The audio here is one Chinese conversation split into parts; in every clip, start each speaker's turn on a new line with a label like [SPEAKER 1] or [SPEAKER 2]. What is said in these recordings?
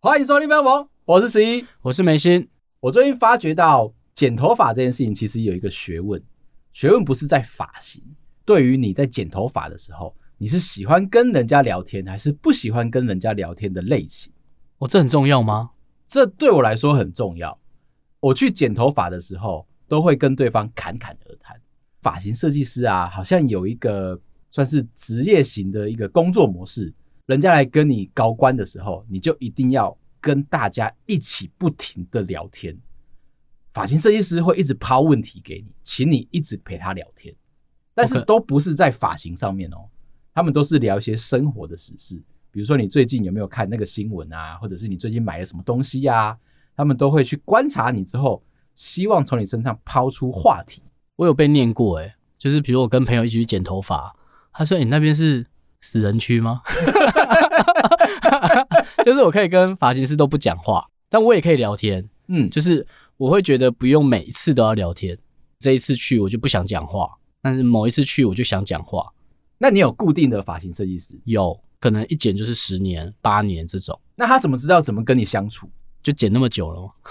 [SPEAKER 1] 欢迎收听《喵萌》，我是十一。
[SPEAKER 2] 我是梅心，
[SPEAKER 1] 我最近发觉到剪头发这件事情其实有一个学问，学问不是在发型，对于你在剪头发的时候，你是喜欢跟人家聊天，还是不喜欢跟人家聊天的类型？
[SPEAKER 2] 哦，这很重要吗？
[SPEAKER 1] 这对我来说很重要。我去剪头发的时候，都会跟对方侃侃而谈。发型设计师啊，好像有一个算是职业型的一个工作模式。人家来跟你高官的时候，你就一定要跟大家一起不停的聊天。发型设计师会一直抛问题给你，请你一直陪他聊天，但是
[SPEAKER 2] OK
[SPEAKER 1] 都不是在发型上面哦，他们都是聊一些生活的时事，比如说你最近有没有看那个新闻啊，或者是你最近买了什么东西呀、他们都会去观察你之后，希望从你身上抛出话题。
[SPEAKER 2] 我有被念过诶、就是比如我跟朋友一起去剪头发，他说：“你、那边是死人区吗？” 就是我可以跟发型师都不讲话，但我也可以聊天，
[SPEAKER 1] 嗯，
[SPEAKER 2] 就是我会觉得不用每一次都要聊天。这一次去我就不想讲话，但是某一次去我就想讲话，
[SPEAKER 1] 那你有固定的发型设计师，
[SPEAKER 2] 有可能一剪就是十年、八年这种。
[SPEAKER 1] 那他怎么知道怎么跟你相处？
[SPEAKER 2] 就剪那么久了吗？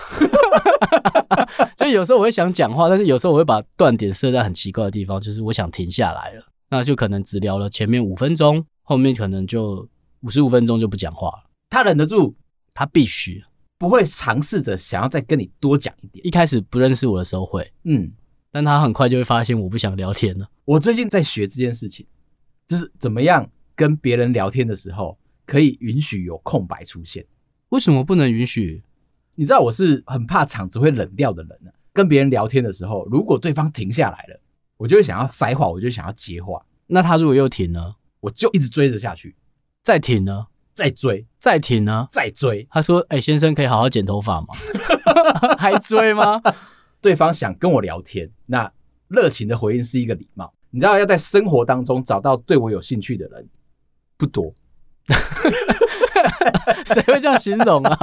[SPEAKER 2] 所以有时候我会想讲话，但是有时候我会把断点设在很奇怪的地方，就是我想停下来了，那就可能只聊了前面五分钟，后面可能就五十五分钟就不讲话了。
[SPEAKER 1] 他忍得住，
[SPEAKER 2] 他必须
[SPEAKER 1] 不会尝试着想要再跟你多讲一点。
[SPEAKER 2] 一开始不认识我的时候会，
[SPEAKER 1] 嗯，
[SPEAKER 2] 但他很快就会发现我不想聊天了。
[SPEAKER 1] 我最近在学这件事情，就是怎么样跟别人聊天的时候，可以允许有空白出现。
[SPEAKER 2] 为什么不能允许？
[SPEAKER 1] 你知道我是很怕场子会冷掉的人呢、跟别人聊天的时候，如果对方停下来了，我就会想要塞话，我就想要接话，
[SPEAKER 2] 那他如果又停了，
[SPEAKER 1] 我就一直追着下去，
[SPEAKER 2] 再停了，
[SPEAKER 1] 再追，
[SPEAKER 2] 再停了，
[SPEAKER 1] 再追。
[SPEAKER 2] 他说：“哎、先生可以好好剪头发吗？ 还追吗？
[SPEAKER 1] 对方想跟我聊天，那热情的回应是一个礼貌。你知道要在生活当中找到对我有兴趣的人不多。
[SPEAKER 2] 谁会这样形容啊？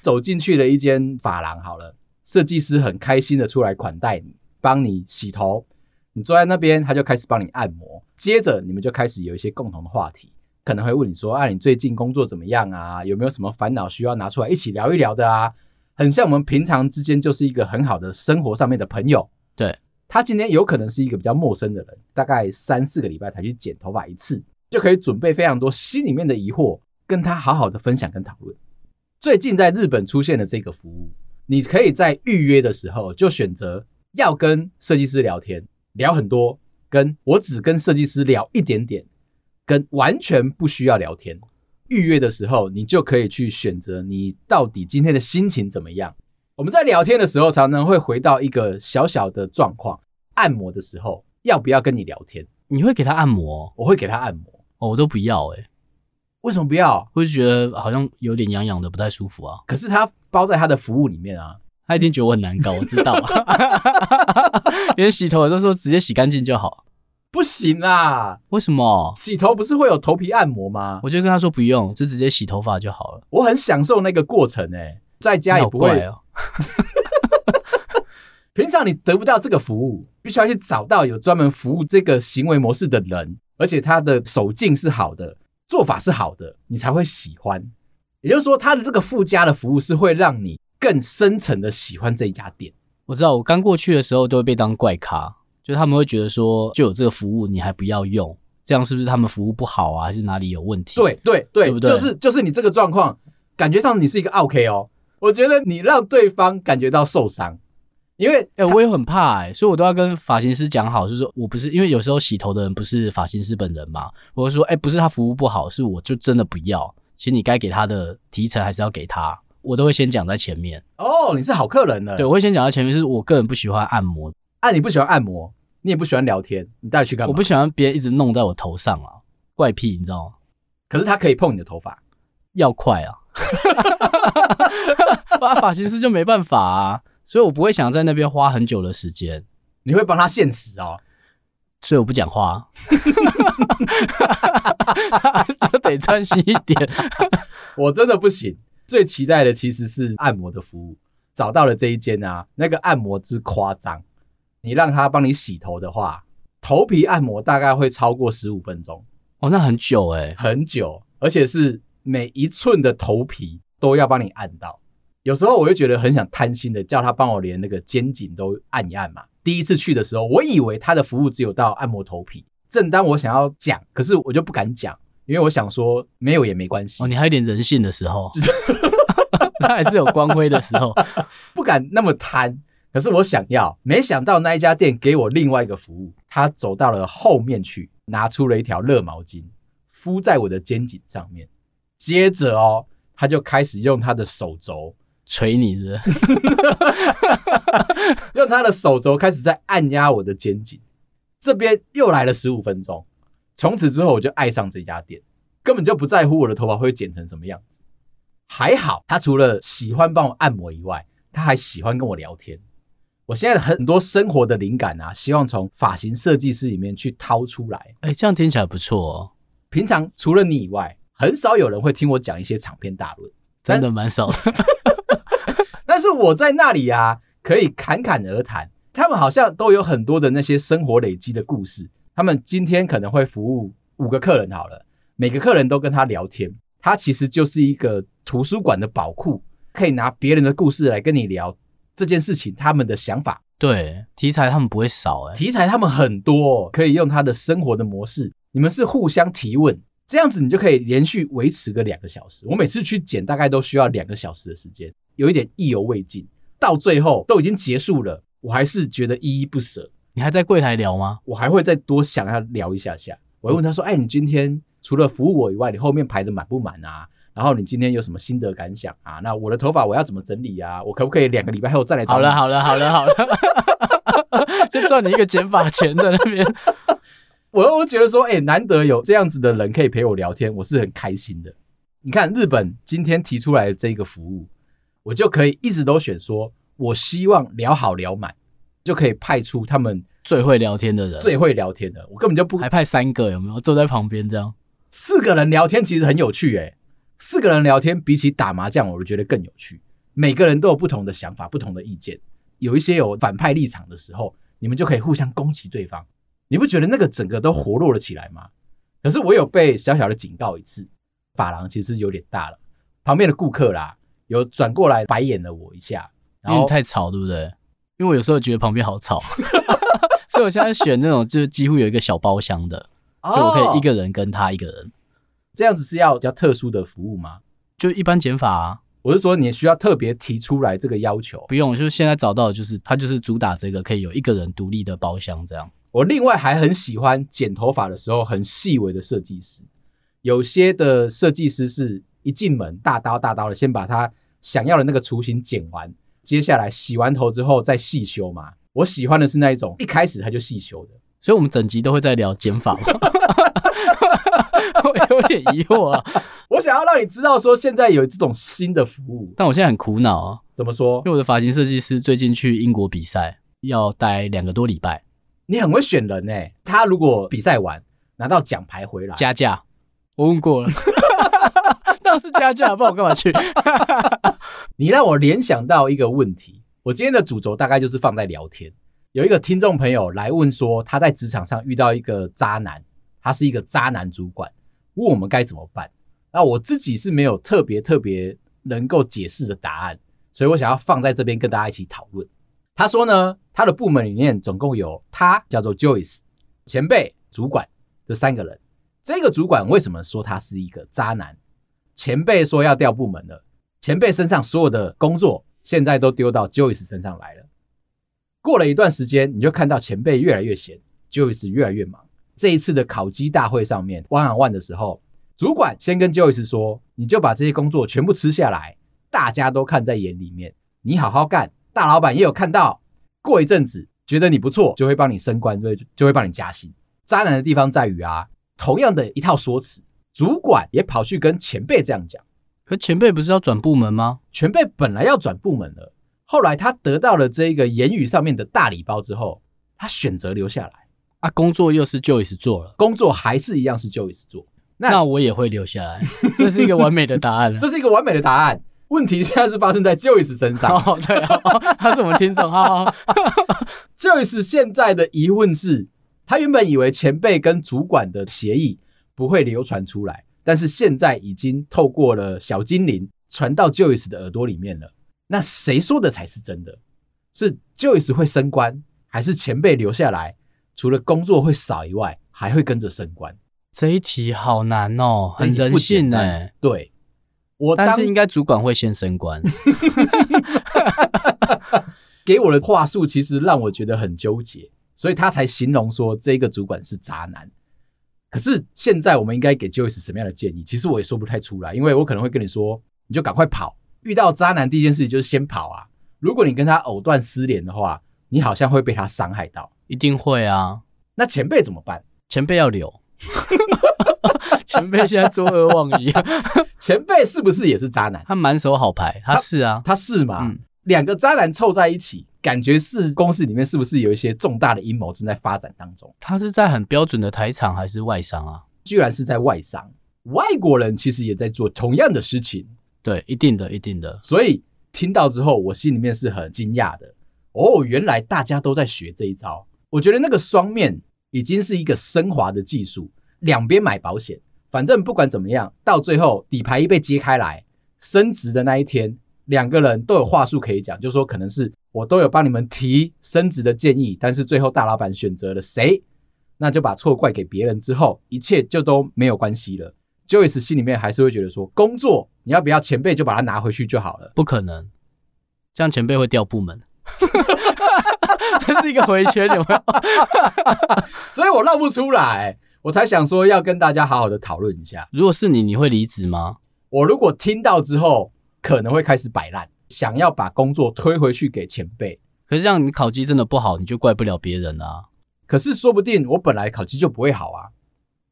[SPEAKER 1] 走进去了一间发廊，好了，设计师很开心的出来款待你，帮你洗头。你坐在那边，他就开始帮你按摩。接着你们就开始有一些共同的话题，可能会问你说：“啊，你最近工作怎么样啊？有没有什么烦恼需要拿出来一起聊一聊的啊？”很像我们平常之间就是一个很好的生活上面的朋友。
[SPEAKER 2] 对，
[SPEAKER 1] 他今天有可能是一个比较陌生的人，大概三四个礼拜才去剪头发一次，就可以准备非常多心里面的疑惑，跟他好好的分享跟讨论。最近在日本出现的这个服务，你可以在预约的时候就选择要跟设计师聊天，聊很多，跟我只跟设计师聊一点点，跟完全不需要聊天。预约的时候，你就可以去选择你到底今天的心情怎么样。我们在聊天的时候，常常会回到一个小小的状况：按摩的时候要不要跟你聊天？
[SPEAKER 2] 你会给他按摩哦、
[SPEAKER 1] 我会给他按摩，
[SPEAKER 2] 哦，我都不要哎、
[SPEAKER 1] 为什么不要？
[SPEAKER 2] 我就觉得好像有点痒痒的，不太舒服啊。
[SPEAKER 1] 可是他包在他的服务里面啊。
[SPEAKER 2] 他一定觉得我很难搞，我知道。 连洗头都说直接洗干净就好，
[SPEAKER 1] 不行啊啦，
[SPEAKER 2] 为什么？
[SPEAKER 1] 洗头不是会有头皮按摩吗？
[SPEAKER 2] 我就跟他说不用，就直接洗头发就好了。
[SPEAKER 1] 我很享受那个过程哎、在家也
[SPEAKER 2] 好
[SPEAKER 1] 不会。
[SPEAKER 2] 怪哦、
[SPEAKER 1] 平常你得不到这个服务，必须要去找到有专门服务这个行为模式的人，而且他的手劲是好的，做法是好的，你才会喜欢。也就是说，他的这个附加的服务是会让你更深层的喜欢这一家店。
[SPEAKER 2] 我知道，我刚过去的时候都会被当怪咖，就是他们会觉得说，就有这个服务你还不要用，这样是不是他们服务不好啊，还是哪里有问题？，
[SPEAKER 1] 对对对，
[SPEAKER 2] 对不对
[SPEAKER 1] 就是就是你这个状况，感觉上你是一个 OK 哦。我觉得你让对方感觉到受伤，因为
[SPEAKER 2] 哎、我也很怕哎、所以我都要跟发型师讲好，就是说我不是因为有时候洗头的人不是发型师本人嘛，我就说哎、不是他服务不好，是我就真的不要，其实你该给他的提成还是要给他，我都会先讲在前面。
[SPEAKER 1] 哦，你是好客人了。
[SPEAKER 2] 对，我会先讲到前面，是我个人不喜欢按摩，
[SPEAKER 1] 啊，你不喜欢按摩，你也不喜欢聊天，你到底去干嘛？
[SPEAKER 2] 我不喜欢别人一直弄在我头上啊，怪癖，你知道吗？
[SPEAKER 1] 可是他可以碰你的头发，
[SPEAKER 2] 要快啊， 发发型师就没办法啊，所以我不会想在那边花很久的时间，
[SPEAKER 1] 你会帮他现实哦。
[SPEAKER 2] 所以我不讲话、啊， 就得专心一点。
[SPEAKER 1] 我真的不行，最期待的其实是按摩的服务。找到了这一间啊，那个按摩之夸张，你让他帮你洗头的话，头皮按摩大概会超过十五分钟，
[SPEAKER 2] 哦，那很久哎、
[SPEAKER 1] 很久，而且是每一寸的头皮都要帮你按到。有时候我就觉得很想贪心的叫他帮我连那个肩颈都按一按嘛。第一次去的时候，我以为他的服务只有到按摩头皮，正当我想要讲，可是我就不敢讲，因为我想说没有也没关系
[SPEAKER 2] 哦，，你还有点人性的时候， 他还是有光辉的时候。
[SPEAKER 1] 不敢那么贪。可是我想要，没想到那一家店给我另外一个服务，他走到了后面去，拿出了一条热毛巾敷在我的肩颈上面，接着哦，他就开始用他的手肘，
[SPEAKER 2] 捶你是不是
[SPEAKER 1] 用他的手肘开始在按压我的肩颈。这边又来了十五分钟，从此之后我就爱上这家店，根本就不在乎我的头发会剪成什么样子。还好，他除了喜欢帮我按摩以外，他还喜欢跟我聊天。我现在很多生活的灵感啊，希望从发型设计师里面去掏出来。
[SPEAKER 2] 哎、这样听起来不错哦，
[SPEAKER 1] 平常除了你以外，很少有人会听我讲一些长篇大论，
[SPEAKER 2] 真的蛮少的。
[SPEAKER 1] 但是我在那里啊，可以侃侃而谈。他们好像都有很多的那些生活累积的故事。他们今天可能会服务五个客人好了，每个客人都跟他聊天。他其实就是一个图书馆的宝库，可以拿别人的故事来跟你聊这件事情，他们的想法
[SPEAKER 2] 对，题材他们不会少哎、
[SPEAKER 1] 题材他们很多哦，可以用他的生活的模式，你们是互相提问，这样子你就可以连续维持个两个小时。我每次去剪大概都需要两个小时的时间，有一点意犹未尽，到最后都已经结束了，我还是觉得依依不舍，
[SPEAKER 2] 你还在柜台聊吗？
[SPEAKER 1] 我还会再多想要聊一下下。我会问他说：“哎，你今天除了服务我以外，你后面排的满不满啊？”然后你今天有什么心得感想啊？那我的头发我要怎么整理啊？我可不可以两个礼拜后再来找
[SPEAKER 2] 好
[SPEAKER 1] 你？
[SPEAKER 2] 了，好了，好了，好了， 就赚你一个减法钱在那边。
[SPEAKER 1] 我又觉得说，哎、难得有这样子的人可以陪我聊天，我是很开心的。你看，日本今天提出来的这个服务，我就可以一直都选说，我希望聊好聊满，就可以派出他们
[SPEAKER 2] 最会聊天的人，
[SPEAKER 1] 最会聊天的。我根本就不
[SPEAKER 2] 还派三个有没有坐在旁边这样？
[SPEAKER 1] 四个人聊天，其实很有趣、哎，四个人聊天比起打麻将，我觉得更有趣。每个人都有不同的想法、不同的意见，有一些有反派立场的时候，你们就可以互相攻击对方。你不觉得那个整个都活络了起来吗？可是我有被小小的警告一次，发廊其实有点大了，旁边的顾客啦有转过来白眼了我一下，
[SPEAKER 2] 因
[SPEAKER 1] 然
[SPEAKER 2] 为你
[SPEAKER 1] 后
[SPEAKER 2] 太吵，对不对？因为我有时候觉得旁边好 吵，所以我现在选那种就是几乎有一个小包厢的，就我可以一
[SPEAKER 1] 哦
[SPEAKER 2] 个人跟他一个人，
[SPEAKER 1] 这样子是要比较特殊的服务吗？
[SPEAKER 2] 就一般减法啊，
[SPEAKER 1] 我是说你需要特别提出来这个要求。
[SPEAKER 2] 不用。就是现在找到的就是他就是主打这个可以有一个人独立的包厢这样。
[SPEAKER 1] 我另外还很喜欢剪头发的时候很细微的设计师，有些的设计师是一进门大刀大刀的先把他想要的那个雏形剪完，接下来洗完头之后再细修嘛。我喜欢的是那一种一开始他就细修的，
[SPEAKER 2] 所以我们整集都会在聊减法嘛。 我有点疑惑啊，
[SPEAKER 1] 我想要让你知道说现在有这种新的服务，
[SPEAKER 2] 但我现在很苦恼啊，
[SPEAKER 1] 怎么说
[SPEAKER 2] 因？为我的发型设计师最近去英国比赛，要待两个多礼拜，
[SPEAKER 1] 你很会选人哎、他如果比赛完拿到奖牌回来，
[SPEAKER 2] 加价。我问过了， 那是加价，不然我干嘛去？
[SPEAKER 1] 你让我联想到一个问题。我今天的主轴大概就是放在聊天。有一个听众朋友来问说，他在职场上遇到一个渣男，他是一个渣男主管，问我们该怎么办。那我自己是没有特别特别能够解释的答案，所以我想要放在这边跟大家一起讨论。他说呢，他的部门里面总共有他叫做 Joyce 前辈、主管这三个人。这个主管为什么说他是一个渣男？前辈说要调部门了，前辈身上所有的工作现在都丢到 Joyce 身上来了。过了一段时间，你就看到前辈越来越闲，Joyce 越来越忙。这一次的烤鸡大会上面，one on one 的时候，主管先跟 Joyce 说：“你就把这些工作全部吃下来，大家都看在眼里面，你好好干，大老板也有看到。过一阵子觉得你不错，就会帮你升官，对，就会帮你加薪。”渣男的地方在于啊，同样的一套说辞，主管也跑去跟前辈这样讲。
[SPEAKER 2] 可前辈不是要转部门吗？
[SPEAKER 1] 全贝本来要转部门了，后来他得到了这一个言语上面的大礼包之后，他选择留下来，
[SPEAKER 2] 啊，工作又是 Joyce 做了，
[SPEAKER 1] 工作还是一样是 Joyce 做，那
[SPEAKER 2] 那我也会留下来，这是一个完美的答案啊。
[SPEAKER 1] 这是一个完美的答案。问题现在是发生在 Joyce 身上。
[SPEAKER 2] 哦，对啊，哦他是我们听众，好好好
[SPEAKER 1] Joyce 现在的疑问是，他原本以为前辈跟主管的协议不会流传出来，但是现在已经透过了小精灵传到 Joyce 的耳朵里面了。那谁说的才是真的？是 Joyce 会升官，还是前辈留下来，除了工作会少以外，还会跟着升官？
[SPEAKER 2] 这一题好难哦，很
[SPEAKER 1] 这一题
[SPEAKER 2] 人
[SPEAKER 1] 不
[SPEAKER 2] 性
[SPEAKER 1] 简
[SPEAKER 2] 呢、
[SPEAKER 1] 单对，我
[SPEAKER 2] 但
[SPEAKER 1] 当
[SPEAKER 2] 是应该主管会先升官，
[SPEAKER 1] 给我的话术其实让我觉得很纠结，所以他才形容说这个主管是渣男。可是现在我们应该给 Joyce 什么样的建议？其实我也说不太出来，因为我可能会跟你说，你就赶快跑。遇到渣男第一件事情就是先跑啊！如果你跟他藕断丝连的话，你好像会被他伤害到。
[SPEAKER 2] 一定会啊。
[SPEAKER 1] 那前辈怎么办？
[SPEAKER 2] 前辈要留， 前辈现在作恶忘一，
[SPEAKER 1] 前辈是不是也是渣男？
[SPEAKER 2] 他满手好牌，他是啊，
[SPEAKER 1] 他是吗？
[SPEAKER 2] 嗯
[SPEAKER 1] 两个渣男凑在一起，感觉是公司里面是不是有一些重大的阴谋正在发展当中？
[SPEAKER 2] 他是在很标准的台场还是外商啊？
[SPEAKER 1] 居然是在外商，外国人其实也在做同样的事情，
[SPEAKER 2] 对，一定的，一定的，
[SPEAKER 1] 所以听到之后，我心里面是很惊讶的。哦，原来大家都在学这一招。我觉得那个双面已经是一个升华的技术，两边买保险，反正不管怎么样，到最后底牌一被揭开来，升职的那一天，两个人都有话术可以讲，就说可能是我都有帮你们提升职的建议，但是最后大老板选择了谁，那就把错怪给别人之后，一切就都没有关系了。Joyce 心里面还是会觉得说，工作你要不要前辈就把它拿回去就好了。
[SPEAKER 2] 不可能，这样前辈会调部门， 这是一个回圈，有没有？
[SPEAKER 1] 所以我绕不出来，我才想说要跟大家好好的讨论一下。
[SPEAKER 2] 如果是你，你会离职吗？
[SPEAKER 1] 我如果听到之后，可能会开始摆烂，想要把工作推回去给前辈。
[SPEAKER 2] 可是这样你考绩真的不好，你就怪不了别人啊。
[SPEAKER 1] 可是说不定我本来考绩就不会好啊。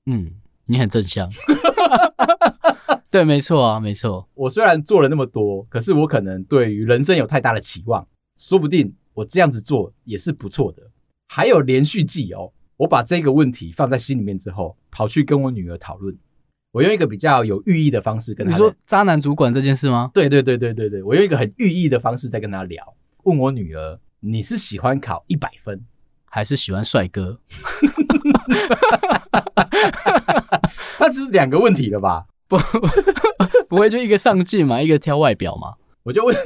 [SPEAKER 2] 嗯，你很正向， 对，没错啊，没错。
[SPEAKER 1] 我虽然做了那么多，可是我可能对于人生有太大的期望，说不定我这样子做也是不错的。还有连续记哦，我把这个问题放在心里面之后，跑去跟我女儿讨论。我用一个比较有寓意的方式跟
[SPEAKER 2] 你
[SPEAKER 1] 她
[SPEAKER 2] 说渣男主管这件事吗？
[SPEAKER 1] 对对对对对对，我用一个很寓意的方式在跟他聊，问我女儿，你是喜欢考一百分，
[SPEAKER 2] 还是喜欢帅哥？
[SPEAKER 1] 那只是两个问题了吧？
[SPEAKER 2] 不会就一个上进嘛，一个挑外表嘛？
[SPEAKER 1] 我就问，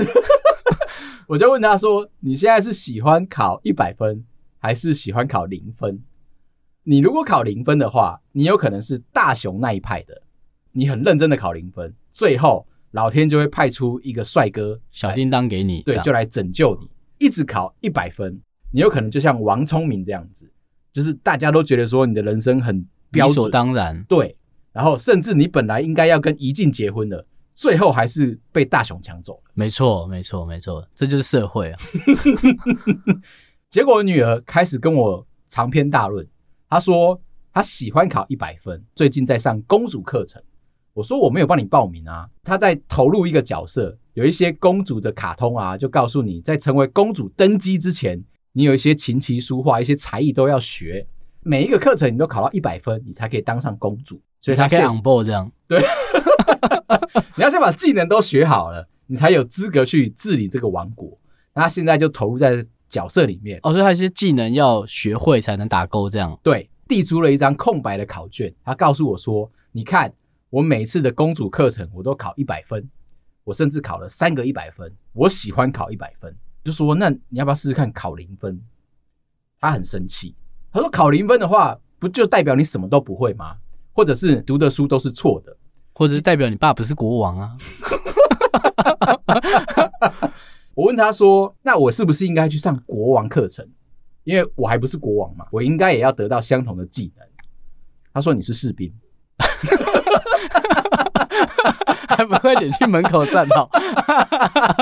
[SPEAKER 1] 我就问他说，你现在是喜欢考一百分，还是喜欢考零分？你如果考零分的话，你有可能是大雄那一派的，你很认真的考零分，最后老天就会派出一个帅哥
[SPEAKER 2] 小
[SPEAKER 1] 来
[SPEAKER 2] 叮当给你，这
[SPEAKER 1] 对，
[SPEAKER 2] 样
[SPEAKER 1] 就来拯救你。一直考一百分，你有可能就像王聪明这样子，就是大家都觉得说你的人生很标
[SPEAKER 2] 理
[SPEAKER 1] 准
[SPEAKER 2] 所，当然。
[SPEAKER 1] 对。然后甚至你本来应该要跟怡静结婚的，最后还是被大雄抢走了。
[SPEAKER 2] 没错，没错，没错，这就是社会啊。
[SPEAKER 1] 结果我女儿开始跟我长篇大论，她说她喜欢考一百分，最近在上公主课程。我说我没有帮你报名啊，她在投入一个角色，有一些公主的卡通啊，就告诉你在成为公主登基之前，你有一些琴棋书画、一些才艺都要学。每一个课程你都考到一百分，你才可以当上公主。所以她
[SPEAKER 2] 才可以啊
[SPEAKER 1] 现
[SPEAKER 2] on board 这样。
[SPEAKER 1] 你要先把技能都学好了，你才有资格去治理这个王国。那她现在就投入在角色里面，
[SPEAKER 2] 哦，所以他一些技能要学会才能打勾这样。
[SPEAKER 1] 对，递出了一张空白的考卷，他告诉我说：“你看，我每次的公主课程我都考一百分，我甚至考了三个一百分，我喜欢考一百分。”就说：“那你要不要试试看考零分？”他很生气，他说：“考零分的话，不就代表你什么都不会吗？或者是读的书都是错的？”
[SPEAKER 2] 或者是代表你爸不是国王 啊？
[SPEAKER 1] 我问他说：“那我是不是应该去上国王课程？因为我还不是国王嘛，我应该也要得到相同的技能。”他说：“你是士兵。”
[SPEAKER 2] 还不快点去门口站好？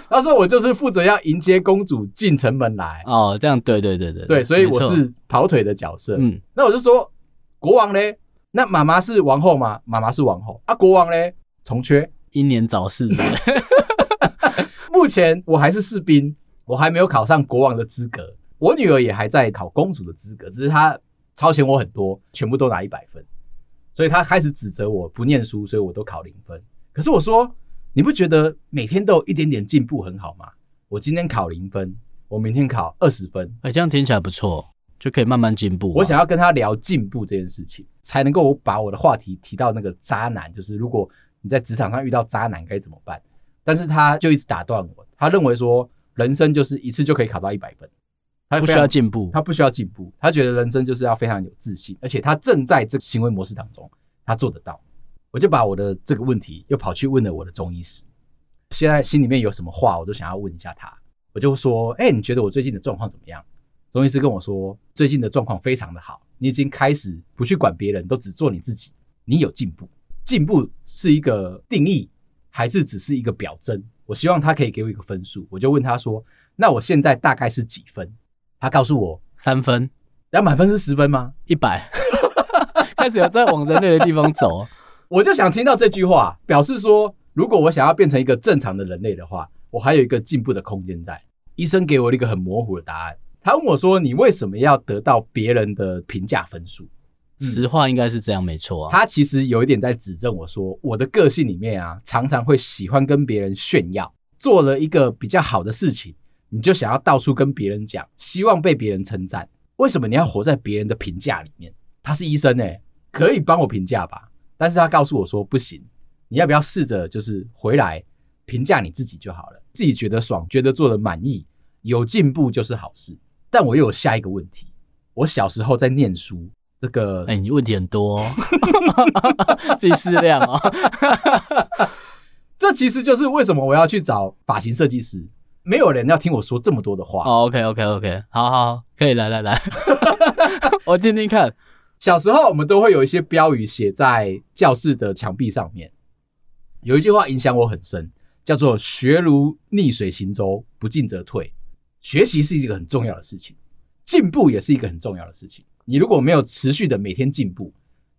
[SPEAKER 1] 他说我就是负责要迎接公主进城门来，
[SPEAKER 2] 哦，这样对对对对
[SPEAKER 1] 对，所以我
[SPEAKER 2] 没错
[SPEAKER 1] 是跑腿的角色。
[SPEAKER 2] 嗯，
[SPEAKER 1] 那我就说国王嘞，那妈妈是王后吗？妈妈是王后啊，国王嘞从缺。
[SPEAKER 2] 英年早逝之类的
[SPEAKER 1] 目前我还是士兵，我还没有考上国王的资格，我女儿也还在考公主的资格，只是她超前我很多，全部都拿一百分，所以她开始指责我不念书，所以我都考零分。可是我说你不觉得每天都有一点点进步很好吗？我今天考零分，我明天考二十分，
[SPEAKER 2] 哎、这样听起来不错，就可以慢慢进步啊、
[SPEAKER 1] 我想要跟他聊进步这件事情，才能够把我的话题提到那个渣男，就是如果你在职场上遇到渣男该怎么办？但是他就一直打断我，他认为说人生就是一次就可以考到一百分，他
[SPEAKER 2] 不
[SPEAKER 1] 非
[SPEAKER 2] 需
[SPEAKER 1] 常
[SPEAKER 2] 要进步，
[SPEAKER 1] 他不需要进步，他觉得人生就是要非常有自信，而且他正在这个行为模式当中，他做得到。我就把我的这个问题又跑去问了我的中医师，现在心里面有什么话，我都想要问一下他。我就说：“哎、你觉得我最近的状况怎么样？”中医师跟我说：“最近的状况非常的好，你已经开始不去管别人，都只做你自己，你有进步。进步是一个定义，还是只是一个表征？”我希望他可以给我一个分数，我就问他说：“那我现在大概是几分？”他告诉我
[SPEAKER 2] 三分
[SPEAKER 1] 然后满分是十分吗？
[SPEAKER 2] 一 百，开始有在往人类的地方
[SPEAKER 1] 嗯
[SPEAKER 2] 走。
[SPEAKER 1] 我就想听到这句话，表示说，如果我想要变成一个正常的人类的话，我还有一个进步的空间在。医生给我了一个很模糊的答案，他问我说：“你为什么要得到别人的评价分数嗯
[SPEAKER 2] 实话应该是这样，没？”错啊。
[SPEAKER 1] 他其实有一点在指正我说，我的个性里面啊，常常会喜欢跟别人炫耀，做了一个比较好的事情，你就想要到处跟别人讲，希望被别人称赞。为什么你要活在别人的评价里面？他是医生哎、可以帮我评价吧？但是他告诉我说不行，你要不要试着就是回来评价你自己就好了，自己觉得爽，觉得做的满意，有进步就是好事。但我又有下一个问题，我小时候在念书，这个
[SPEAKER 2] 哎、你问题很多、哦， 自己适量哦。
[SPEAKER 1] 这其实就是为什么我要去找发型设计师，没有人要听我说这么多的话。
[SPEAKER 2] 哦，OK，OK，OK，、好好，好可以来 来来，我听听看。
[SPEAKER 1] 小时候我们都会有一些标语写在教室的墙壁上面，有一句话影响我很深，叫做“学如逆水行舟，不进则退”。学习是一个很重要的事情，进步也是一个很重要的事情。你如果没有持续的每天进步，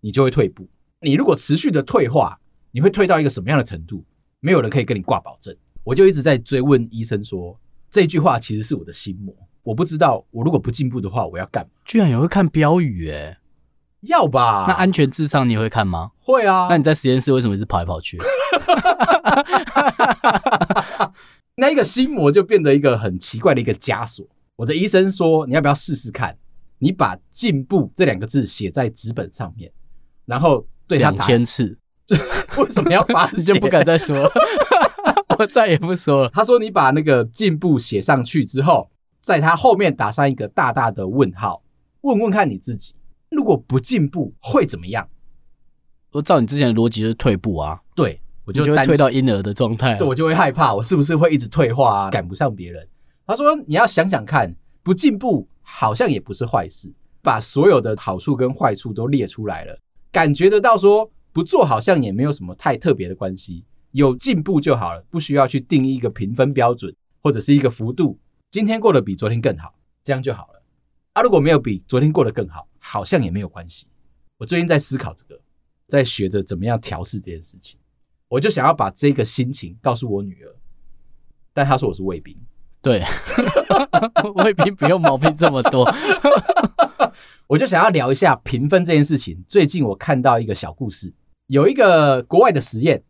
[SPEAKER 1] 你就会退步。你如果持续的退化，你会退到一个什么样的程度？没有人可以跟你挂保证。我就一直在追问医生说，这句话其实是我的心魔。我不知道，我如果不进步的话，我要干嘛？
[SPEAKER 2] 居然有会看标语哎、
[SPEAKER 1] 要吧？
[SPEAKER 2] 那安全至上你会看吗？
[SPEAKER 1] 会啊。
[SPEAKER 2] 那你在实验室为什么一直跑来跑去？
[SPEAKER 1] 那一个心魔就变得一个很奇怪的一个枷锁。我的医生说，你要不要试试看？你把“进步”这两个字写在纸本上面，然后对他
[SPEAKER 2] 两
[SPEAKER 1] 打。
[SPEAKER 2] 千次
[SPEAKER 1] 为什么要发
[SPEAKER 2] 你就
[SPEAKER 1] 泄
[SPEAKER 2] 不敢再说了，我再也不说了。
[SPEAKER 1] 他说你把那个进步写上去之后，在他后面打上一个大大的问号，问问看你自己，如果不进步会怎么样？
[SPEAKER 2] 我照你之前的逻辑就是退步啊，
[SPEAKER 1] 对我
[SPEAKER 2] 你就
[SPEAKER 1] 就
[SPEAKER 2] 会
[SPEAKER 1] 担
[SPEAKER 2] 退到
[SPEAKER 1] 心
[SPEAKER 2] 婴儿的状态啊、
[SPEAKER 1] 对我就会害怕，我是不是会一直退化啊，赶不上别人？他说你要想想看，不进步好像也不是坏事，把所有的好处跟坏处都列出来了，感觉得到说不做好像也没有什么太特别的关系，有进步就好了，不需要去定义一个评分标准或者是一个幅度，今天过得比昨天更好，这样就好了。啊，如果没有比昨天过得更好，好像也没有关系。我最近在思考这个，在学着怎么样调试这件事情。我就想要把这个心情告诉我女儿，但她说我是卫兵，
[SPEAKER 2] 对， 未必不用毛病这么多。
[SPEAKER 1] 我就想要聊一下评分这件事情。最近我看到一个小故事，有一个国外的实验，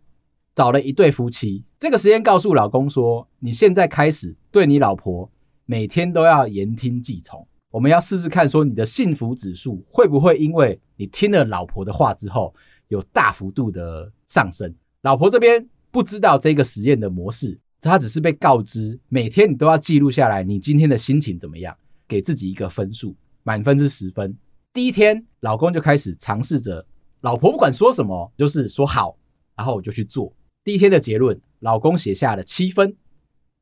[SPEAKER 1] 找了一对夫妻，这个实验告诉老公说，你现在开始对你老婆每天都要言听计从，我们要试试看，说你的幸福指数会不会因为你听了老婆的话之后有大幅度的上升。老婆这边不知道这个实验的模式，她只是被告知每天你都要记录下来你今天的心情怎么样，给自己一个分数，满分是十分。第一天，老公就开始尝试着，老婆不管说什么，就是说好，然后我就去做。第一天的结论，老公写下了七分，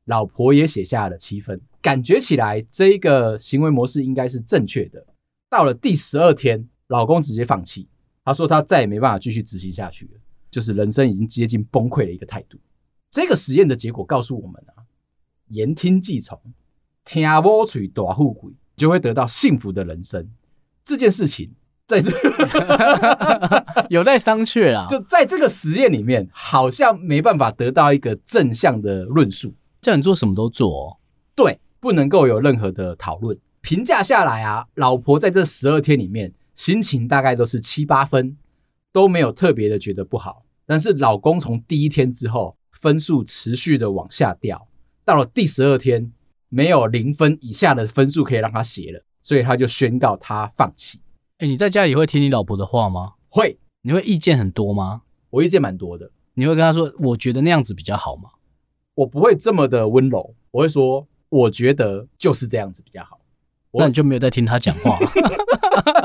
[SPEAKER 1] 老婆也写下了七分，感觉起来这一个行为模式应该是正确的。到了第十二天，老公直接放弃，他说他再也没办法继续执行下去了，就是人生已经接近崩溃的一个态度。这个实验的结果告诉我们啊，言听计从，听啊我嘴大富贵，就会得到幸福的人生。这件事情在这
[SPEAKER 2] 有待商榷啦。
[SPEAKER 1] 就在这个实验里面，好像没办法得到一个正向的论述。
[SPEAKER 2] 叫你做什么都做、哦，
[SPEAKER 1] 对，不能够有任何的讨论。评价下来啊，老婆在这十二天里面，心情大概都是七八分，都没有特别的觉得不好。但是老公从第一天之后，分数持续的往下掉，到了第十二天，没有零分以下的分数可以让他写了，所以他就宣告他放弃。
[SPEAKER 2] 哎、你在家里会听你老婆的话吗？
[SPEAKER 1] 会，
[SPEAKER 2] 你会意见很多吗？
[SPEAKER 1] 我意见蛮多的，
[SPEAKER 2] 你会跟她说，我觉得那样子比较好吗？
[SPEAKER 1] 我不会这么的温柔，我会说，我觉得就是这样子比较好。我
[SPEAKER 2] 那你就没有在听她讲话。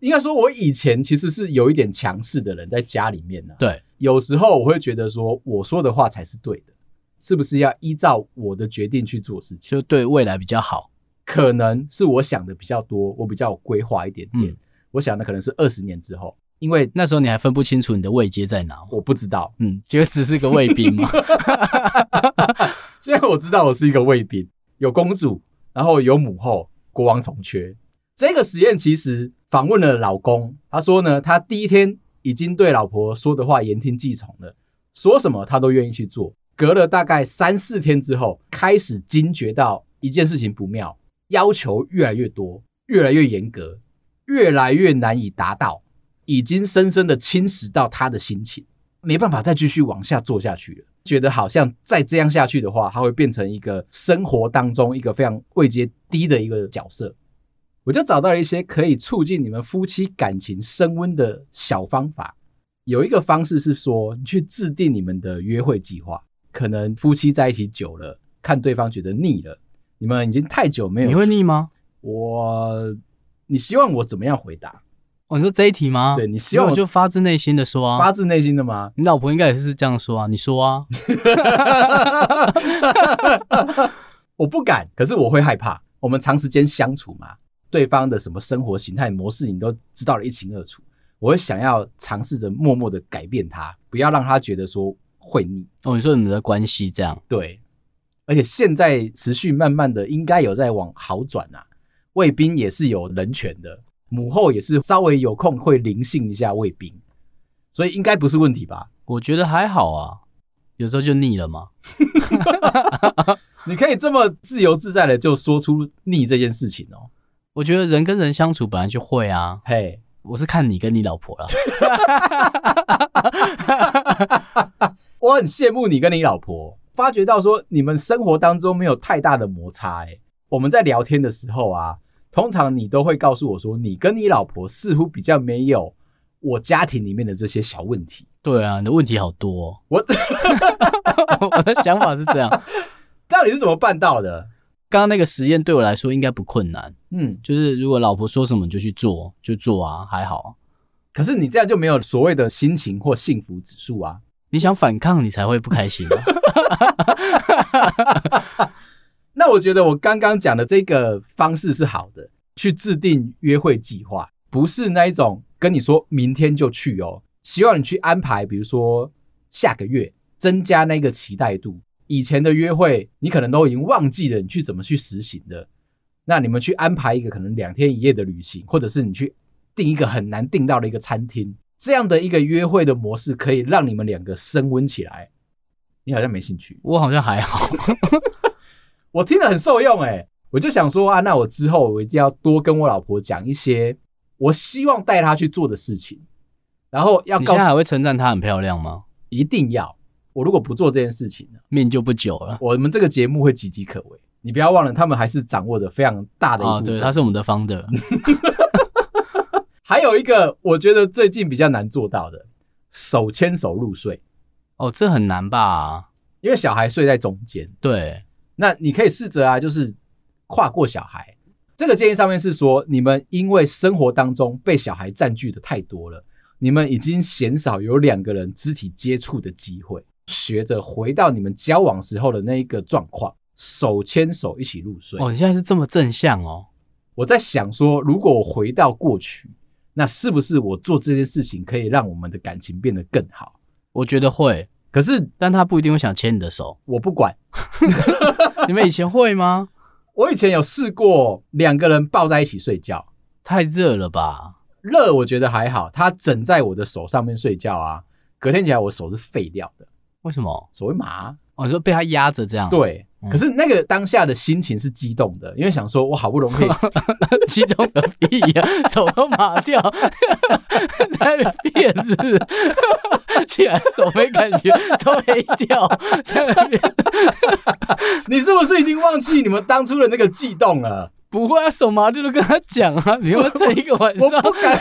[SPEAKER 1] 应该说，我以前其实是有一点强势的人，在家里面呢、啊
[SPEAKER 2] 对，
[SPEAKER 1] 有时候我会觉得说，我说的话才是对的，是不是要依照我的决定去做事情？
[SPEAKER 2] 就对未来比较好。
[SPEAKER 1] 可能是我想的比较多，我比较有规划一点点。
[SPEAKER 2] 嗯
[SPEAKER 1] 我想的可能是二十年之后，因为
[SPEAKER 2] 那时候你还分不清楚你的位阶在哪吗？
[SPEAKER 1] 我不知道，
[SPEAKER 2] 嗯，觉得只是个卫兵嘛。
[SPEAKER 1] 虽然我知道我是一个卫兵，有公主，然后有母后，国王重缺。这个实验其实访问了老公，他说呢，他第一天已经对老婆说的话言听计从了，说什么他都愿意去做。隔了大概三四天之后，开始惊觉到一件事情不妙，要求越来越多，越来越严格，越来越难以达到，已经深深的侵蚀到他的心情。没办法再继续往下做下去了，觉得好像再这样下去的话，他会变成一个生活当中一个非常位阶低的一个角色。我就找到了一些可以促进你们夫妻感情升温的小方法。有一个方式是说，你去制定你们的约会计划。可能夫妻在一起久了，看对方觉得腻了，你们已经太久没有。
[SPEAKER 2] 你会？腻吗？
[SPEAKER 1] 我，你希望我怎么样回答？
[SPEAKER 2] 哦，你说这一题吗？
[SPEAKER 1] 对你希望
[SPEAKER 2] 没
[SPEAKER 1] 我
[SPEAKER 2] 有我就发自内心的说啊。
[SPEAKER 1] 发自内心的吗？
[SPEAKER 2] 你老婆应该也是这样说啊，你说 啊，
[SPEAKER 1] 我不敢，可是我会害怕。我们长时间相处嘛，对方的什么生活形态模式你都知道的一清二楚。我会想要尝试着默默的改变他，不要让他觉得说会腻。
[SPEAKER 2] 哦，你说你们的关系这样，
[SPEAKER 1] 对，而且现在持续慢慢的应该有在往好转啊。卫兵也是有人权的，母后也是稍微有空会灵性一下卫兵，所以应该不是问题吧？
[SPEAKER 2] 我觉得还好啊，有时候就腻了嘛。
[SPEAKER 1] 你可以这么自由自在的就说出腻这件事情哦。
[SPEAKER 2] 我觉得人跟人相处本来就会啊，
[SPEAKER 1] 嘿、
[SPEAKER 2] 我是看你跟你老婆啦。
[SPEAKER 1] 我很羡慕你跟你老婆，发觉到说你们生活当中没有太大的摩擦、欸。我们在聊天的时候啊，通常你都会告诉我说，你跟你老婆似乎比较没有我家庭里面的这些小问题。，
[SPEAKER 2] 对啊，你的问题好多、哦
[SPEAKER 1] 我
[SPEAKER 2] 我的想法是这样。
[SPEAKER 1] 到底是怎么办到的？
[SPEAKER 2] 刚刚那个实验对我来说应该不困难，
[SPEAKER 1] 嗯，
[SPEAKER 2] 就是如果老婆说什么你就去做，就做啊，还好啊。
[SPEAKER 1] 可是你这样就没有所谓的心情或幸福指数啊。
[SPEAKER 2] 你想反抗，你才会不开心、啊。
[SPEAKER 1] 那我觉得我刚刚讲的这个方式是好的，去制定约会计划，不是那一种跟你说明天就去哦，希望你去安排，比如说下个月，增加那个期待度。以前的约会你可能都已经忘记了，你去怎么去实行的？那你们去安排一个可能两天一夜的旅行，或者是你去订一个很难订到的一个餐厅，这样的一个约会的模式，可以让你们两个升温起来。你好像没兴趣。
[SPEAKER 2] 我好像还好，
[SPEAKER 1] 我听了很受用哎、我就想说啊，那我之后我一定要多跟我老婆讲一些我希望带她去做的事情，然后要
[SPEAKER 2] 你
[SPEAKER 1] 告
[SPEAKER 2] 现在
[SPEAKER 1] 诉
[SPEAKER 2] 还会称赞她很漂亮吗？
[SPEAKER 1] 一定要我如果不做这件事情呢，
[SPEAKER 2] 命就不久了。
[SPEAKER 1] 我们这个节目会岌岌可危。你不要忘了，他们还是掌握着非常大的一
[SPEAKER 2] 啊，
[SPEAKER 1] 部
[SPEAKER 2] 对，
[SPEAKER 1] 分。
[SPEAKER 2] 他是我们 的 founder，
[SPEAKER 1] 还有一个我觉得最近比较难做到的，手牵手入睡，
[SPEAKER 2] 哦，这很难吧？
[SPEAKER 1] 因为小孩睡在中间。
[SPEAKER 2] 对，
[SPEAKER 1] 那你可以试着啊，就是跨过小孩。这个建议上面是说，你们因为生活当中被小孩占据的太多了，你们已经鲜少有两个人肢体接触的机会，学着回到你们交往时候的那一个状况，手牵手一起入睡。
[SPEAKER 2] 哦，你现在是这么正向哦，
[SPEAKER 1] 我在想说，如果我回到过去，那是不是我做这件事情可以让我们的感情变得更好？
[SPEAKER 2] 我觉得会，
[SPEAKER 1] 可是。
[SPEAKER 2] 但他不一定会想牵你的手
[SPEAKER 1] 我不管，
[SPEAKER 2] 你们以前会吗？
[SPEAKER 1] 我以前有试过两个人抱在一起睡觉。
[SPEAKER 2] 太热了吧？
[SPEAKER 1] 热我觉得还好，它枕在我的手上面睡觉啊，隔天起来我手是废掉的，
[SPEAKER 2] 为什么？
[SPEAKER 1] 手会麻。啊
[SPEAKER 2] 哦，你说被他压着这样？，
[SPEAKER 1] 对，可是那个当下的心情是激动的，因为想说我好不容易
[SPEAKER 2] 激动个屁 呀、手都麻掉， 在那边骗 子，竟然手没感觉，都黑 掉，在那边
[SPEAKER 1] 你是不是已经忘记你们当初的那个悸动了？
[SPEAKER 2] 不会啊，手麻就都跟他讲啊， 你要这一个晚
[SPEAKER 1] 我
[SPEAKER 2] 上
[SPEAKER 1] 不， 敢，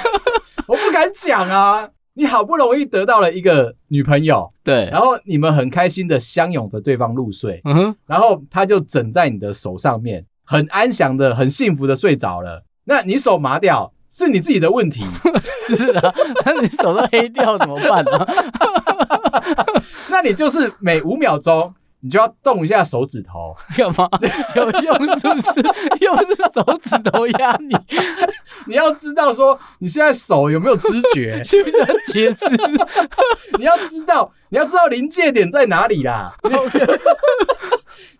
[SPEAKER 1] 我不敢讲啊！你好不容易得到了一个女朋友，
[SPEAKER 2] 对
[SPEAKER 1] 然，后你们很开心的相拥着对方入睡，
[SPEAKER 2] 嗯哼，
[SPEAKER 1] 然后她就枕在你的手上面，很安详的、很幸福的睡着了。那你手麻掉是你自己的问题，
[SPEAKER 2] 是啊，但你手都黑掉怎么办啊呢、
[SPEAKER 1] 那你就是每五秒钟你就要动一下手指头，
[SPEAKER 2] 干嘛？ 有用是不是？又不是手指头压你，，
[SPEAKER 1] 你要知道说你现在手有没有知觉
[SPEAKER 2] 是不是要截肢？
[SPEAKER 1] 你要知道你要知道临界点在哪里 啦。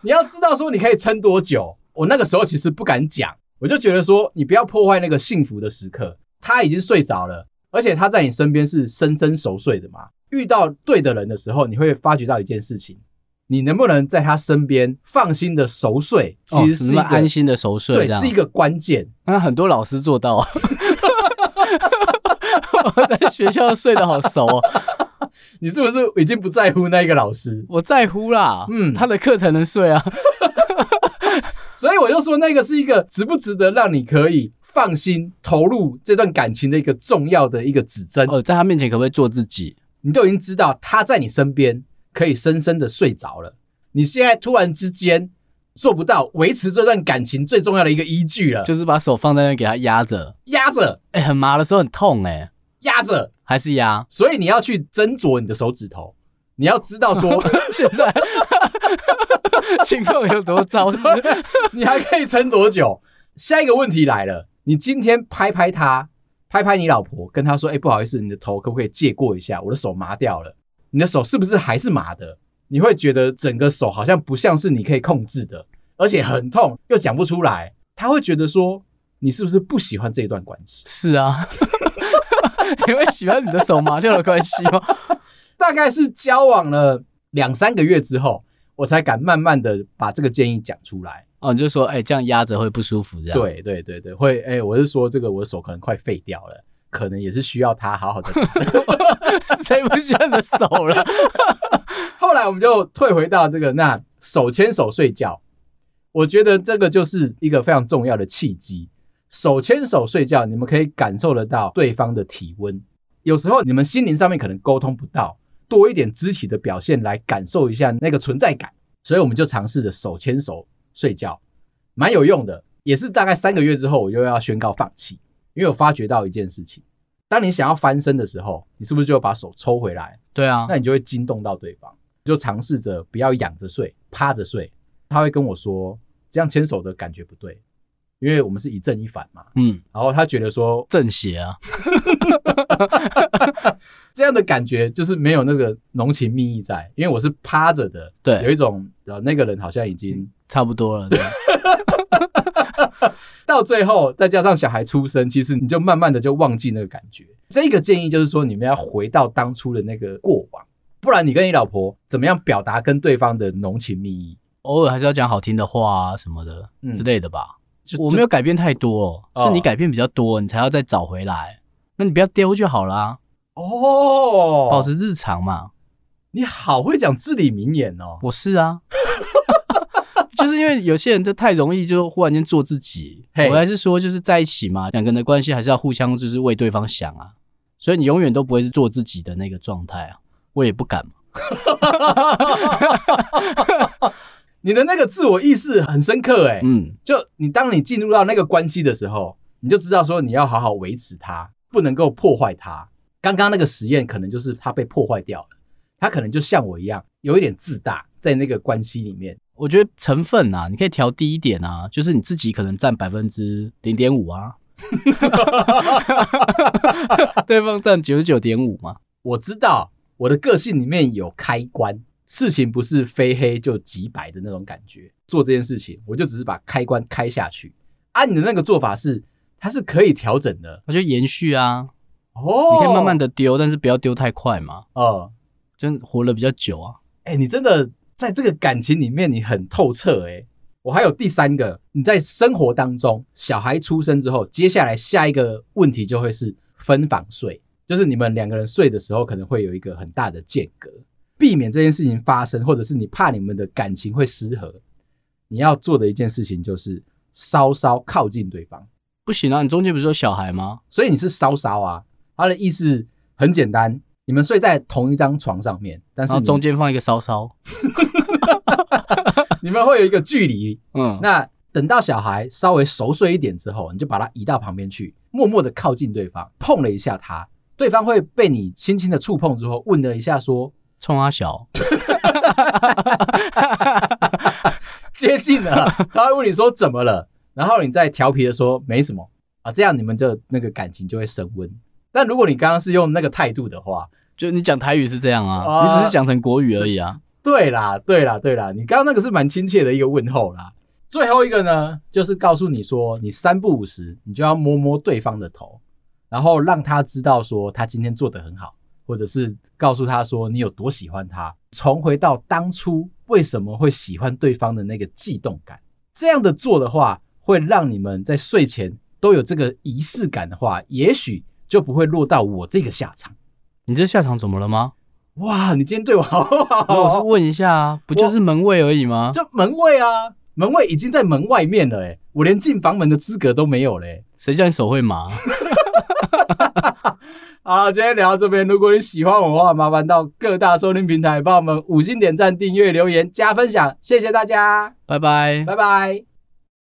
[SPEAKER 1] 你要知道说你可以撑多久。我那个时候其实不敢讲，我就觉得说你不要破坏那个幸福的时刻。他已经睡着了，而且他在你身边是深深熟睡的嘛。遇到对的人的时候，你会发觉到一件事情：你能不能在他身边放心的熟睡，其实是一个、
[SPEAKER 2] 哦你们安心的熟睡，
[SPEAKER 1] 对，
[SPEAKER 2] 这样
[SPEAKER 1] 是一个关键。
[SPEAKER 2] 那很多老师做到啊。 我在学校睡得好熟哦，
[SPEAKER 1] 你是不是已经不在乎那一个老师？
[SPEAKER 2] 我在乎啦，嗯，
[SPEAKER 1] 嗯
[SPEAKER 2] 他的课才能睡啊，
[SPEAKER 1] 所以我就说，那个是一个值不值得让你可以放心投入这段感情的一个重要的一个指针。
[SPEAKER 2] 哦，在他面前可不可以做自己？
[SPEAKER 1] 你都已经知道他在你身边可以深深的睡着了，你现在突然之间做不到维持这段感情最重要的一个依据了，就
[SPEAKER 2] 就是把手放在那给他压着，
[SPEAKER 1] 压着
[SPEAKER 2] 哎、很麻的时候很痛哎、
[SPEAKER 1] 压着，，
[SPEAKER 2] 还是压
[SPEAKER 1] 所以你要去斟酌你的手指头，你要知道说
[SPEAKER 2] 现在情况有多糟是不是？
[SPEAKER 1] 你还可以撑多久。下一个问题来了，你今天拍拍他，拍拍你老婆，跟她说：“哎、不好意思，你的头可不可以借过一下？我的手麻掉了。”你的手是不是还是麻的？你会觉得整个手好像不像是你可以控制的，而且很痛，又讲不出来。他会觉得说，你是不是不喜欢这一段关系？
[SPEAKER 2] 是啊， 你会喜欢你的手麻掉的关系吗？
[SPEAKER 1] 大概是交往了两三个月之后，我才敢慢慢的把这个建议讲出来。
[SPEAKER 2] 哦，你就说，哎、这样压着会不舒服，这样。，
[SPEAKER 1] 对对对对，会哎、我是说这个我的手可能快废掉了，可能也是需要他好好的。
[SPEAKER 2] 谁不喜欢你的手了？
[SPEAKER 1] 后来我们就退回到这个那手牵手睡觉，我觉得这个就是一个非常重要的契机。手牵手睡觉，你们可以感受得到对方的体温。有时候你们心灵上面可能沟通不到，多一点肢体的表现来感受一下那个存在感。所以我们就尝试着手牵手睡觉，蛮有用的。也是大概三个月之后，我又要宣告放弃，因为我发觉到一件事情：当你想要翻身的时候，你是不是就把手抽回来？
[SPEAKER 2] 对啊，
[SPEAKER 1] 那你就会惊动到对方，就尝试着不要仰着睡，趴着睡。他会跟我说，这样牵手的感觉不对，因为我们是一正一反嘛。
[SPEAKER 2] 嗯，
[SPEAKER 1] 然后他觉得说，
[SPEAKER 2] 正邪啊，
[SPEAKER 1] 这样的感觉就是没有那个浓情蜜意在，因为我是趴着的，
[SPEAKER 2] 对
[SPEAKER 1] 有一种呃那个人好像已经
[SPEAKER 2] 差不多 了。对，
[SPEAKER 1] 到最后，再加上小孩出生，其实你就慢慢的就忘记那个感觉。这个建议就是说，你们要回到当初的那个过往，不然你跟你老婆怎么样表达跟对方的浓情蜜意？
[SPEAKER 2] 偶尔还是要讲好听的话啊什么的、
[SPEAKER 1] 嗯
[SPEAKER 2] 之类的吧。
[SPEAKER 1] 就
[SPEAKER 2] 我没有改变太多，
[SPEAKER 1] 哦
[SPEAKER 2] 是你改变比较多，你才要再找回来。那你不要丢就好啦，
[SPEAKER 1] 哦，
[SPEAKER 2] 保持日常嘛。
[SPEAKER 1] 你好会讲至理名言哦。
[SPEAKER 2] 我是啊， 就是因为有些人就太容易就忽然间做自己。
[SPEAKER 1] 嘿
[SPEAKER 2] 我还是说，就是在一起嘛，两个人的关系还是要互相就是为对方想啊。所以你永远都不会是做自己的那个状态啊，我也不敢嘛。
[SPEAKER 1] 你的那个自我意识很深刻哎、
[SPEAKER 2] 嗯，
[SPEAKER 1] 就你当你进入到那个关系的时候，你就知道说你要好好维持它，不能够破坏它。刚刚那个实验可能就是它被破坏掉了，它可能就像我一样有一点自大，在那个关系里面。
[SPEAKER 2] 我觉得成分啊，你可以调低一点啊，就是你自己可能占百分之零点五啊， 对方占九十九点五嘛。
[SPEAKER 1] 我知道我的个性里面有开关，事情不是非黑就即白的那种感觉。做这件事情，我就只是把开关开下去。啊，你的那个做法是，它是可以调整的
[SPEAKER 2] 那就延续啊，
[SPEAKER 1] 哦
[SPEAKER 2] 你可以慢慢的丢，但是不要丢太快嘛，
[SPEAKER 1] 哦。
[SPEAKER 2] 就活了比较久啊。
[SPEAKER 1] 哎、你真的在这个感情里面，你很透彻诶、我还有第三个，你在生活当中，小孩出生之后，接下来下一个问题就会是分房睡，就是你们两个人睡的时候可能会有一个很大的间隔，避免这件事情发生，或者是你怕你们的感情会失和，你要做的一件事情就是稍稍靠近对方。
[SPEAKER 2] 不行啊，你中间不是有小孩吗？
[SPEAKER 1] 所以你是稍稍啊。他的意思很简单，你们睡在同一张床上面，但
[SPEAKER 2] 然
[SPEAKER 1] 是
[SPEAKER 2] 后
[SPEAKER 1] 你
[SPEAKER 2] 中间放一个稍稍，
[SPEAKER 1] 你们会有一个距离。
[SPEAKER 2] 嗯，
[SPEAKER 1] 那等到小孩稍微熟睡一点之后，你就把他移到旁边去，默默的靠近对方，碰了一下他，对方会被你轻轻的触碰之后，问了一下说
[SPEAKER 2] 冲阿小，
[SPEAKER 1] 接近了，他会问你说怎么了，然后你再调皮的说没什么啊，这样你们就那个感情就会升温。但如果你刚刚是用那个态度的话，
[SPEAKER 2] 就你讲台语是这样啊，
[SPEAKER 1] 啊
[SPEAKER 2] 你只是讲成国语而已啊。
[SPEAKER 1] 对啦，对啦，对啦，你刚刚那个是蛮亲切的一个问候啦。最后一个呢，就是告诉你说，你三不五时，你就要摸摸对方的头，然后让他知道说他今天做得很好，或者是告诉他说你有多喜欢他，重回到当初为什么会喜欢对方的那个悸动感。这样的做的话，会让你们在睡前都有这个仪式感的话，也许就不会落到我这个下场。
[SPEAKER 2] 你这下场怎么了吗？
[SPEAKER 1] 哇，你今天对我好好、
[SPEAKER 2] 那
[SPEAKER 1] 哦，
[SPEAKER 2] 我是问一下啊，不就是门卫而已吗？
[SPEAKER 1] 就门卫啊，门卫已经在门外面了、欸，我连进房门的资格都没有欸嘞、
[SPEAKER 2] 谁叫你手会麻？
[SPEAKER 1] 好，今天聊到这边，如果你喜欢我的话，麻烦到各大收听平台帮我们五星点赞、订阅、留言、加分享，谢谢大家，
[SPEAKER 2] 拜拜。
[SPEAKER 1] 拜拜。